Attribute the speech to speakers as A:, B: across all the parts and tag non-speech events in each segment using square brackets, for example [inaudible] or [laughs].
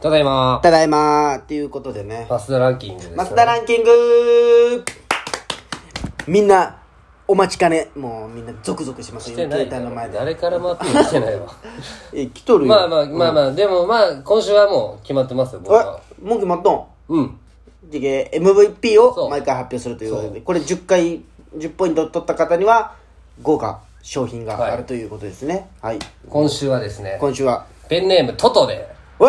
A: ただいま
B: ただいまーっていうことでね。
A: マスダランキングです、
B: マスダランキングみんな、お待ちかね。もうみんなゾクゾクします
A: し
B: よ。
A: てない
B: 携
A: か
B: 帯の前
A: ら
B: で。
A: 誰からもアピールしてない
B: [laughs]
A: わ
B: え、来とるよ。
A: まあまあまあまあ、でもまあ今週はもう決まってますよ僕は
B: え、もう決まっとん
A: うん
B: で、MVP
A: そ
B: を
A: う
B: 毎回発表するということ
A: そ
B: で、これ10回、10ポイント取った方には、豪華商品が
A: はい
B: あるということですね。はい。
A: 今週はですね
B: 今週は、
A: ペンネームトトで
B: え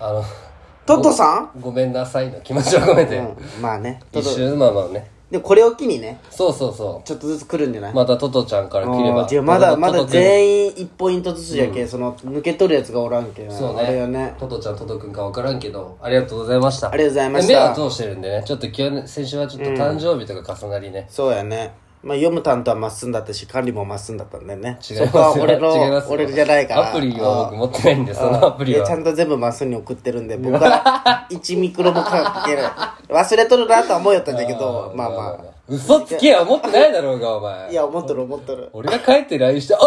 A: あの [laughs]
B: トトさ
A: ごめんなさいの気持ちは込めて、
B: んうん、まあね。ト
A: 一
B: ト
A: 周まあまあね
B: で、これを機にね、
A: そうそうそ
B: ちょっとずつ来るんじゃないう
A: またトトちゃんから切れ
B: あ
A: ば
B: ーてかまだまだ
A: 員
B: 全員1ポイントずつじゃけ、その抜け取るやつがおらんけな
A: そう
B: あれよ
A: ね
B: ね
A: トトちゃんトトくんか分からんけどありがとうございました
B: ありがとうございました
A: で目は通してるんでねちょっと今日先週はちょっと誕生日とか重なりね、
B: そうやねまあ読む担当はまっすんだったし管理もまっすんだったんだよね
A: 違い
B: そ
A: ます
B: こは
A: よ
B: 俺の
A: 違いますよ
B: 俺じゃないから
A: アプリを僕持ってないんでそのアプリ
B: いやちゃ
A: は
B: んと全部まっすんに送ってるんで僕は1 [laughs] ミクロもかける忘れとるなとは思いよったんだけどまあまあ
A: 嘘つけよ思ってないだろうがお前
B: いや思っとる思っとる
A: 俺が帰って LINE して「あーあ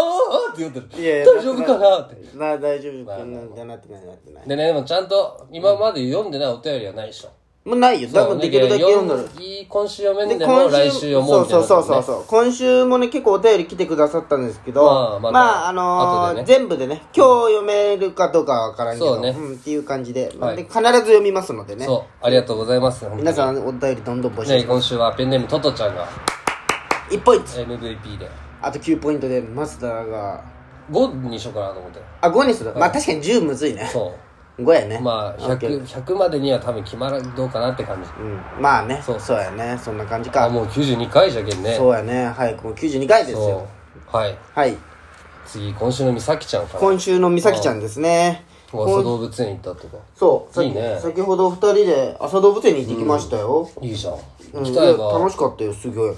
A: ー」って言ってる
B: いやいや
A: 大丈夫かなって
B: なあ大丈夫かなってなってないなってない
A: でねでもちゃんと今まで読んでないお便りはないでしょ
B: もうないよ多分できるだけ読んどる
A: いい今週読めんでも来週読もうみたい
B: そう
A: な
B: そうそうそう
A: う
B: そう今週もね結構お便り来てくださったんですけど
A: まあまた
B: あ
A: 後
B: のー
A: でね
B: 全部でね今日読めるかどうかは分からんけ
A: そ
B: ど
A: うね
B: ん、っていう感じで,、
A: はい
B: で必ず読みますのでね
A: そうありがとうございます
B: 皆さんお便りどんどん募集
A: ね
B: して、
A: 今週はペンネームトトちゃんが
B: 1ポイント
A: MVP で
B: あと9ポイントでマスターが
A: 5にしようかなと思って
B: あ5にする、まあ確かに10むずいね
A: そ
B: 5やね
A: うまあ 100, 100までには多分決まらんどうかなって感じ
B: うん、まあね
A: そ
B: そううやねそんな感じ
A: あ
B: か
A: もう92回じゃけんね
B: そうやねはいもう92回ですよ
A: そうはい
B: はい
A: 次今週の美咲ちゃんから
B: 今週の美咲ちゃんですね
A: 朝動物園行ったとか
B: そうさっき
A: いいね
B: 先ほど二人で朝動物園に行ってきましたよ、
A: いいじゃん
B: う
A: 行
B: ん
A: き
B: い
A: た
B: や
A: いわ
B: 楽しかったよすごい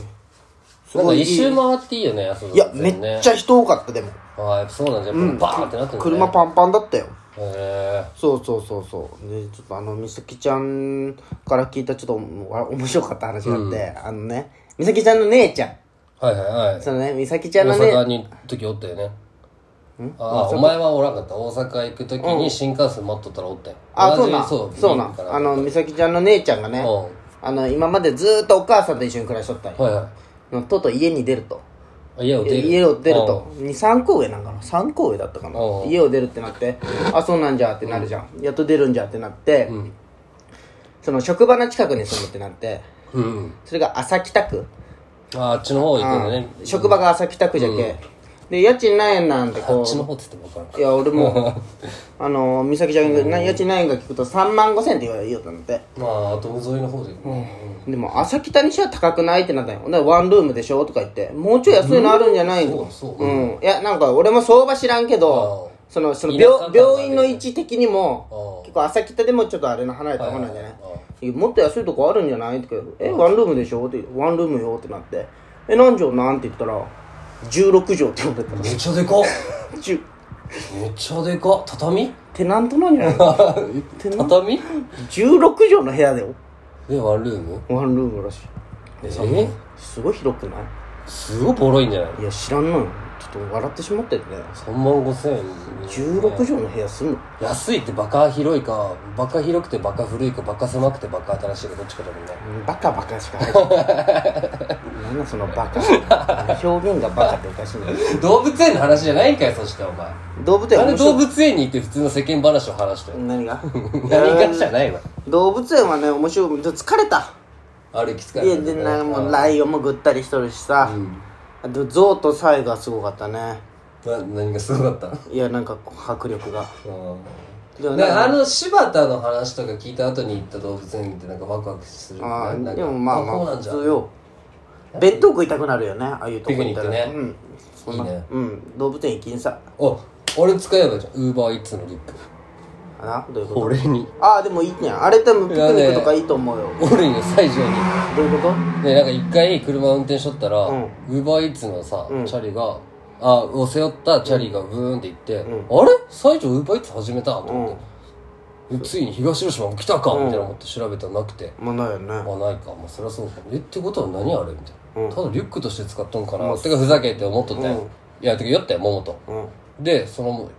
B: す
A: なん
B: ご
A: か
B: いい
A: 一
B: い
A: 周回っていいよね朝動
B: いや
A: 物
B: め
A: 園ね
B: っちゃ人多かったでも
A: ああそうなんじゃんバーンってなってるね
B: 車
A: ン
B: パンパンだったよ
A: へ
B: そうそうそうそうでちょっとあの美咲ちゃんから聞いたちょっとおわ面白かった話があって、あのね美咲ちゃんの姉ちゃん
A: えはいはいはい
B: そのね美咲ちゃんの
A: 大
B: ね
A: 阪に行く時おったよねああお前はおらんかった大阪行く時に新幹線待っとったらおったよ
B: あ
A: 同
B: そう
A: じ
B: なん
A: そう
B: そうな
A: ビルか
B: ん
A: ら
B: あの美咲ちゃんの姉ちゃんがね
A: うん
B: あの今までずーっとお母さんと一緒に暮らしとったんよ
A: はいは
B: とうとう家に出ると
A: い家を出る
B: 家を出ると23個上なんかな3個上だったかな
A: うん
B: 家を出るってなってあそうなんじゃってなるじゃん、やっと出るんじゃってなって、その職場の近くに住むってなって
A: うんうん
B: それが朝北区、
A: あああっちの方行くのね
B: うん職場が朝北区じゃけ、で家賃何円なんて
A: あ
B: こ
A: っちの
B: う
A: 方って言っても分からん
B: いや
A: [laughs]
B: 俺もあの美咲ちゃんがな家賃何円か聞くと3万5千って言われよったんだって
A: まあ後沿いの方で
B: でも朝北にしては高くないってなったんよほんならワンルームでしょとか言ってもうちょい安いのあるんじゃないの、
A: うんそうそう
B: うんいやなんか俺も相場知らんけど
A: あ
B: そのその
A: 田舎感
B: 病
A: がある
B: 病院の位置的にも
A: あ
B: 結構朝北でもちょっとあれの離れた方なんじ
A: は
B: ゃないい
A: はいはい
B: もっと安いとこあるんじゃないとか言うえワンルームでしょって言うワンルームよってなってえ何畳なんて言ったら16畳って言われたの [laughs]
A: めっちゃでかっ
B: 10っ
A: めっちゃでかっ畳
B: てなんとなんじゃない
A: [laughs] 畳
B: 16畳の部屋だよ
A: でワンルーム
B: ワンルームらしい
A: え
B: すごい広くない
A: すごいボロいんじゃない
B: いや知らんのよちょっと笑ってしまったよね
A: 3万5千円
B: 16畳の部屋住む
A: 安いってバカ広いかバカ広くてバカ古いかバカ狭くてバカ新しいかどっちかだもんね
B: バカバカしか入って [laughs] ないなんだそのバカ表現がバカっておかしいんだよ
A: 動物園の話じゃないんかいそしてお前
B: 動物園
A: なんで
B: 面白
A: 動
B: い
A: 物園に行って普通の世間話を話したよ
B: 何が
A: 何がじゃないわ
B: 動物園はね面白いちょっと疲れた
A: 歩き疲
B: い
A: れ
B: や
A: た
B: でなもうライオンもぐったりしとるしさ、あとゾウとサイがすごかったね
A: な何がすごかった
B: いやなんか迫力がで
A: だか
B: もね
A: らあの柴田の話とか聞いた後に行った動物園ってなんかワクワクするな
B: あ
A: んか
B: ーでもまあま
A: こう
B: あ
A: なん
B: 普
A: じ
B: 通
A: ゃん
B: よ弁当食いたくなるよねああいうとこ
A: ピク
B: 行
A: ニ
B: っ
A: ッ
B: た
A: ク
B: ら、
A: ね
B: うんそんない
A: いね
B: うん動物園行きんさ
A: お俺使えばいいじゃんウーバーイーツのリュック
B: あなどういうこと
A: 俺に
B: ああでもいいねあれ多分ピクニックとかいいと思うよ
A: 俺に最上に
B: どういうこと
A: でなんか一回車運転しとったら、
B: ん
A: ウーバーイーツのさ、チャリがあを背負ったチャリがブーンって行って、あれ最初ウーバーイーツ始めたと思って、でついに東広島も来たか、みたいな思って調べたらなくて、
B: まあないよね
A: あないかまあそりゃそうかえってことは何あれみたいな、
B: うん
A: ただリュックとして使っとんかな、てかふざけて思っとったよ、
B: うん
A: いやてか酔ったよ桃と、
B: うん
A: でその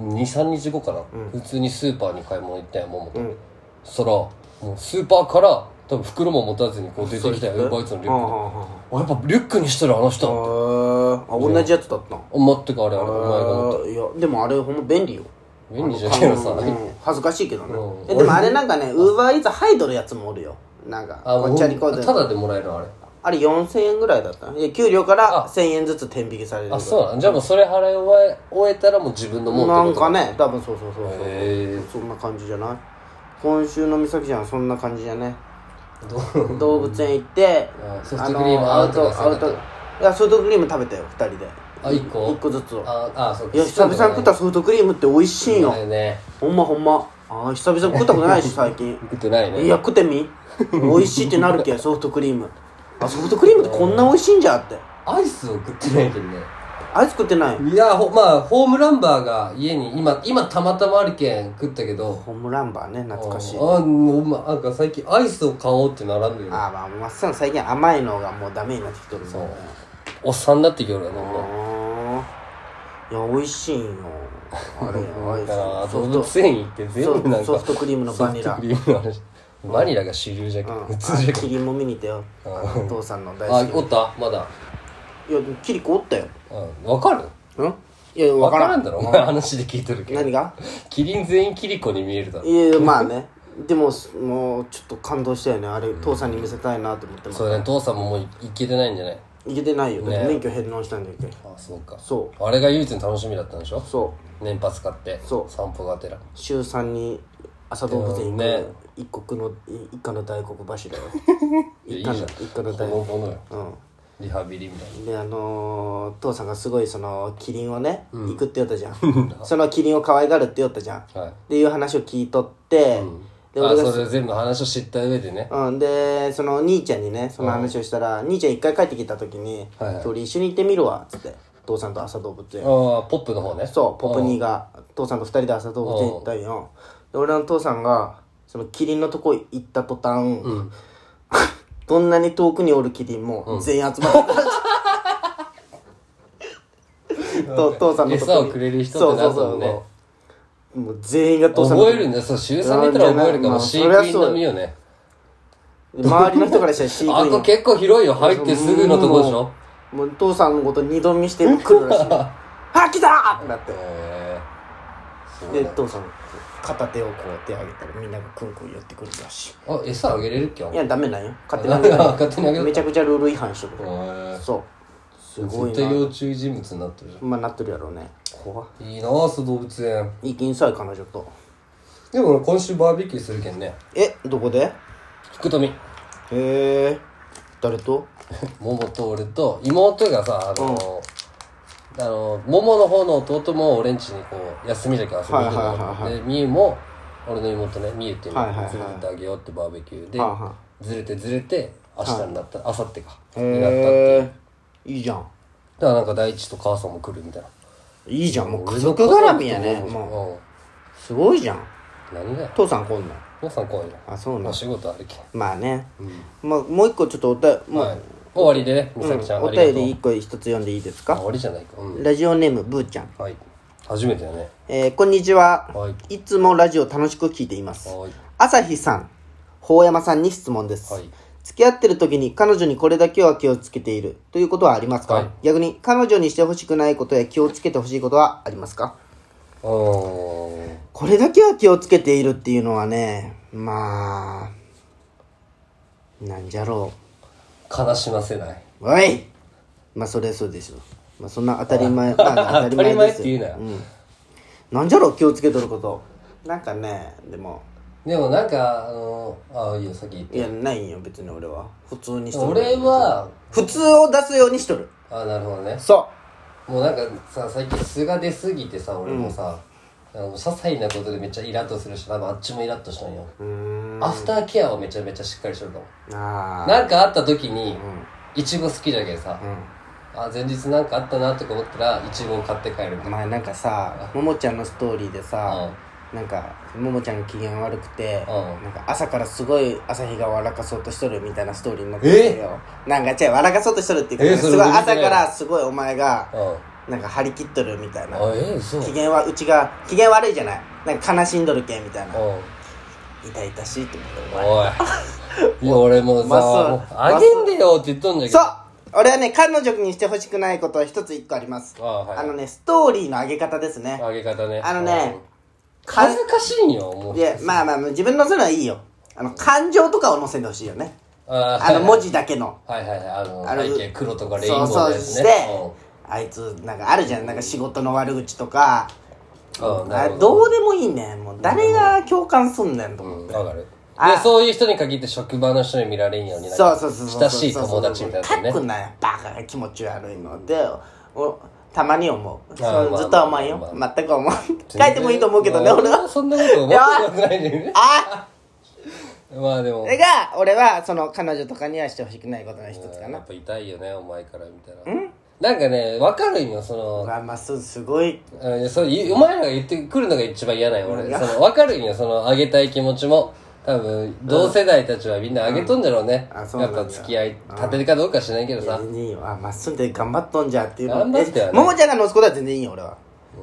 A: 23日後かな、普通にスーパーに買い物行ったんやももと、
B: うん
A: そしたらもうスーパーから多分袋も持たずにこう出てきたよ
B: そ
A: ウ
B: うや
A: ー
B: って
A: バーイーツのリュ
B: あ
A: ックあやっぱリュックにしてるあの人は
B: あ同じやつだったの
A: あ待ってかあれあれお前が持っ
B: あーいやでもあれほんま便利よ
A: た便利じゃねえよさ、
B: うん恥ずかしいけどね
A: うん
B: えでもあれなんかねウーバーイーツ入っとるやつもおるよなんか
A: あ
B: こっちゃりこうで
A: ただでもらえるあれ
B: あれ4000円ぐらいだったいや給料から1000円ずつ天引きされる
A: あそうなんじゃあもうそれ払い終え終えたらもう自分のもん
B: な
A: って
B: ん
A: こと
B: かね多分そうそうそうそう
A: へえ
B: そんな感じじゃない今週の美咲ちゃんはそんな感じじゃね
A: どう
B: 動物園行って
A: あソフトクリームアウトとか
B: ア
A: そ
B: ウ
A: う
B: ト
A: いうの
B: いやソフトクリーム食べたよ2人で
A: あ1個
B: 一個ずつを
A: ああそう
B: いや久々に食ったソフトクリームって美味しいよ
A: ないね
B: ほんまほんまあー久々食ったことないし最近
A: 食ってない
B: い
A: ね
B: や食ってみ美味しいってなるけソフトクリームあソフトクリームってこんな美味しいんじゃって
A: アイスを食ってないけどね
B: あれ作ってない
A: いやほまあホームランバーが家に今今たまたまあるけん食ったけど
B: ホームランバーね懐かしい
A: ああもうまなんか最近アイスを買おうって並んでる
B: あーまあまっさん最近甘いのがもうダメになってきてるもんね
A: そうおっさんになってきよるよどんどん
B: あーいや美味しいんよあれ
A: だ
B: アイ
A: から
B: ス
A: 動
B: ソフト
A: 物園行って全部なんか
B: ソフトクリームのバニラ
A: ソフトクリームの話 [laughs] バニラが主流じゃけん
B: う
A: 普
B: ん
A: 通じゃけ
B: あキ
A: ん
B: リンも見に行ったよあのお父さんの大
A: あお
B: 好
A: ったまだ
B: きいやキリコおったよ
A: うんわかる
B: うんいや
A: わか
B: 分からら
A: ん
B: ん
A: だろお前話で聞いてるけど
B: 何が
A: キリン全員キリコに見えるだろ
B: いやいやまあねでももうちょっと感動したよねあれ父さんに見せたいなと思ってます
A: そうだね父さんももういけてないんじゃない
B: いけてないよだって
A: ね
B: 免許返納したんだけど
A: あそうか
B: そう
A: あれが唯一の楽しみだったんでしょ
B: そう
A: 年パス買って
B: そう
A: 散歩がてら
B: 週3に朝動物園行く、
A: ね
B: 一国のい一家の大黒
A: [laughs]
B: 柱よ
A: いやいい
B: 一
A: じ
B: 家
A: ゃん
B: の一家の
A: ほ
B: 大
A: の
B: 黒
A: ぼのよ
B: うん
A: リハビリみたいな
B: であのー父さんがすごいそのキリンをね、行くって言ったじゃ
A: [laughs]
B: んそのキリンを可愛がるって言ったじゃん、
A: はい
B: っていう話を聞いとって、で
A: あ
B: 俺が
A: それ全部話を知った上でね
B: うん、でその兄ちゃんにねその話をしたら、兄ちゃん一回帰ってきた時に「
A: はいはい
B: 俺一緒に行ってみるわ」っつって父さんと朝動物園
A: ああポップの方ね
B: そうポップニーが父さんと二人で朝動物園行ったんよで俺の父さんがそのキリンのとこ行った途端、 [laughs] どんなに遠くにおるキリンも全員集まっ
A: [laughs]
B: てた、と父さんのとこに
A: 餌をくれる人ってなったもんね
B: そうそうそうもう全員が父さんのとこ
A: 覚えるんだよそう週3でやったら覚えるか
B: ま
A: も
B: あ
A: 飼育員並みよね
B: 周りの人からしたら飼育員
A: あと結構広いよ入ってすぐのとこでしょ
B: もう父さんのこと二度見してくるらしい [laughs] あ来たーってなって
A: へ
B: で父さん片手をこう手上げたらみんながクンクン寄ってくるらし
A: えあ餌あげれるっけ
B: いいやダメなんよ [laughs] 勝手に
A: あ
B: 上げたら
A: 勝手にあげ
B: め
A: る
B: ちゃくちゃルール違反してくる
A: へ
B: そうす
A: え
B: ごい
A: 絶
B: な
A: 対要注意人物になってるじ
B: まあなってるやろうね怖っ
A: ゃんいいなあその動物園
B: いい金さえ彼女と
A: でも俺今週バーベキューするけんね
B: えどこで
A: 福富
B: へえ誰と
A: [laughs] 桃と俺と妹がさあの、あの桃の方の弟も俺ん家にこう休みだけ遊びに来るの、
B: はいはいはいはい
A: でみゆも俺の妹ねみゆっていうの
B: はいはいはい
A: 連れてってあげようってバーベキューで、
B: はあは
A: ずれてずれて明日になった、明後日か
B: へ
A: になったっていう
B: えいいじゃん
A: だからなんか大地と母さんも来るみたいない
B: いじゃんもう家
A: 俺の
B: 族絡みやねも
A: も
B: うすごいじゃん
A: う、うん、何だよ
B: 父さん来んの
A: 父さん来いよ
B: あそうな
A: お
B: の
A: 仕事あるけん
B: まあね、まあ、もう一個ちょっとおた、もう
A: はい終わりでねみさきちゃん、
B: お
A: ありがと
B: 便
A: う
B: り一個一つ読んでいいです
A: あ
B: か
A: 終わりじゃないかうん
B: ラジオネームブーちゃん、
A: はい初めてだね
B: えーこんにちは、、
A: はい
B: つもラジオ楽しく聞いています
A: はい
B: 朝日さん法山さんに質問です、
A: はい
B: 付き合ってる時に彼女にこれだけは気をつけているということはありますか、
A: はい
B: 逆に彼女にしてほしくないことや気をつけてほしいことはありますか
A: うーん
B: これだけは気をつけているっていうのはねまあなんじゃろう
A: 悲しませない
B: おいまあそれはそうでしょまあそんな当たり前まあ
A: [laughs] 当たり前って言うなよ、
B: なんじゃろう気をつけとることなんかねでも
A: でもなんかあのあいいよ先言っ
B: い
A: て
B: やないんよ別に俺は普通にしとる
A: 俺は
B: 普通を出すようにしとる
A: あなるほどね
B: そ
A: もうなんかさ最近素が出すぎてさ俺もさ、あの些細なことでめっちゃイラッとするし多分あっちもイラッとしたんよ
B: ううーん
A: アフターケアをめちゃめちゃしっかりしてると思
B: あ
A: う
B: あ
A: なんかあった時にいちご好きじゃけんさ、あ前日なんかあったなとか思ったらいちごを買って帰るみたいな
B: 前なんかさももちゃんのストーリーでさなんかももちゃんが機嫌悪くて
A: うん
B: なんか朝からすごい朝日が笑かそうとしとるみたいなストーリーになってるよなんか違う笑かそうとしとるっていうか
A: え
B: すごい
A: それ
B: 朝
A: 俺見てない
B: からすごいお前が
A: うん
B: なんか張り切っとるみたいな
A: あええそう
B: 機嫌はうちが機嫌悪いじゃないなんか悲しんどるけんみたいな
A: おう
B: 痛々しいって思ってお前
A: お [laughs] いいや俺もさ
B: マスは
A: もうあげんでよって言っとんじゃけど
B: そう俺はね彼女にしてほしくないことは一つ一個あります
A: あはい
B: のねストーリーの上げ方ですね
A: あげ方ね
B: あのね
A: うん恥ずかしいんよもう
B: いやまあまあ自分のするのはいいよあの感情とかを載せてほしいよね
A: あ
B: あの文字だけの
A: はいはいはいあの
B: あの
A: 背景黒とかレインボ
B: そ
A: ー
B: うそう
A: のやつ
B: し
A: ね
B: て、あいつなんかあるじゃんなんか仕事の悪口とか
A: うんうんな
B: あ
A: るほど
B: どうでもいいねんもう誰が共感すんねんと思
A: う
B: っ
A: ん
B: て、
A: わかるで
B: あ
A: そういう人に限って職場の人に見られんようになん
B: そ
A: か
B: うそうそうそう
A: 親しい友達みたいな
B: かっ
A: ね
B: くないバカが気持ち悪いのでおたまに思う
A: あー
B: そう
A: まあ
B: ずっとは思う
A: まあ
B: よ
A: ま
B: 全く思う書いてもいいと思うけどね
A: まあ
B: 俺は
A: そんなこと思ってもない
B: [laughs]
A: ね
B: あ
A: まあでも
B: それが俺はその彼女とかにはしてほしくないことの一つか
A: や
B: な
A: っぱ痛いよねお前からみたいななんかねわかるんよその
B: まあまあすすごい
A: あいやそういお前らが言ってくるのが一番嫌なんよ俺その分かるんよそのあげたい気持ちも多分同世代たちはみんなあげとんじゃろうね、
B: うんあそう
A: や
B: な
A: っ
B: んだ
A: ぱ付き合い立てるかどうかはしないけどさ
B: 全然いいよあまっすんで頑張っとんじゃっていう
A: 頑張ってはね
B: えももちゃんが乗すことは全然いいよ俺は、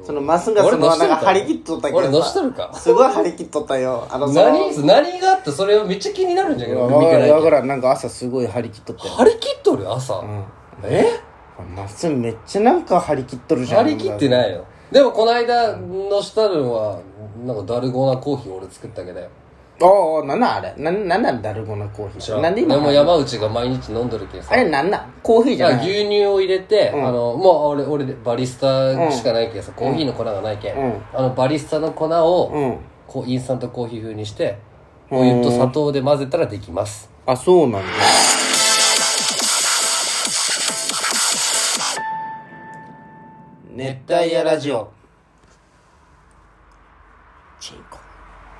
B: そのまっすんがそ
A: 俺
B: の
A: 乗し
B: な
A: と
B: ん
A: る
B: か
A: か
B: 張り切っとったけどさ
A: 俺乗しとるか
B: すごい張り切っとったよあのその
A: 何何があってそれをめっちゃ気になるんじゃけど
B: わ
A: 俺見
B: か
A: てない
B: らん
A: け
B: わか
A: ど
B: らんなんか朝すごい張り切っとったよ
A: 張り切っとるよ朝、え
B: まっすんめっちゃなんか張り切っとるじゃ
A: 張
B: ん
A: り切って
B: い
A: ないよでもこの間乗したのはなんかダルゴなコーヒー俺作ったけどよ
B: おうおうなんなんあれなんなんなんダルゴなコーヒ
A: 知ら
B: ーなんで今
A: でも山内が毎日飲んどるけどさ
B: あれなんなんコーヒーじゃ
A: だから
B: ない
A: 牛乳を入れて、あのもう俺俺バリスタしかないけどさ、コーヒーの粉がないけ、
B: うん
A: あのバリスタの粉を、
B: うん
A: こうインスタントコーヒー風にしてお湯と砂糖で混ぜたらできます
B: あそうなんだ熱帯夜ラジオ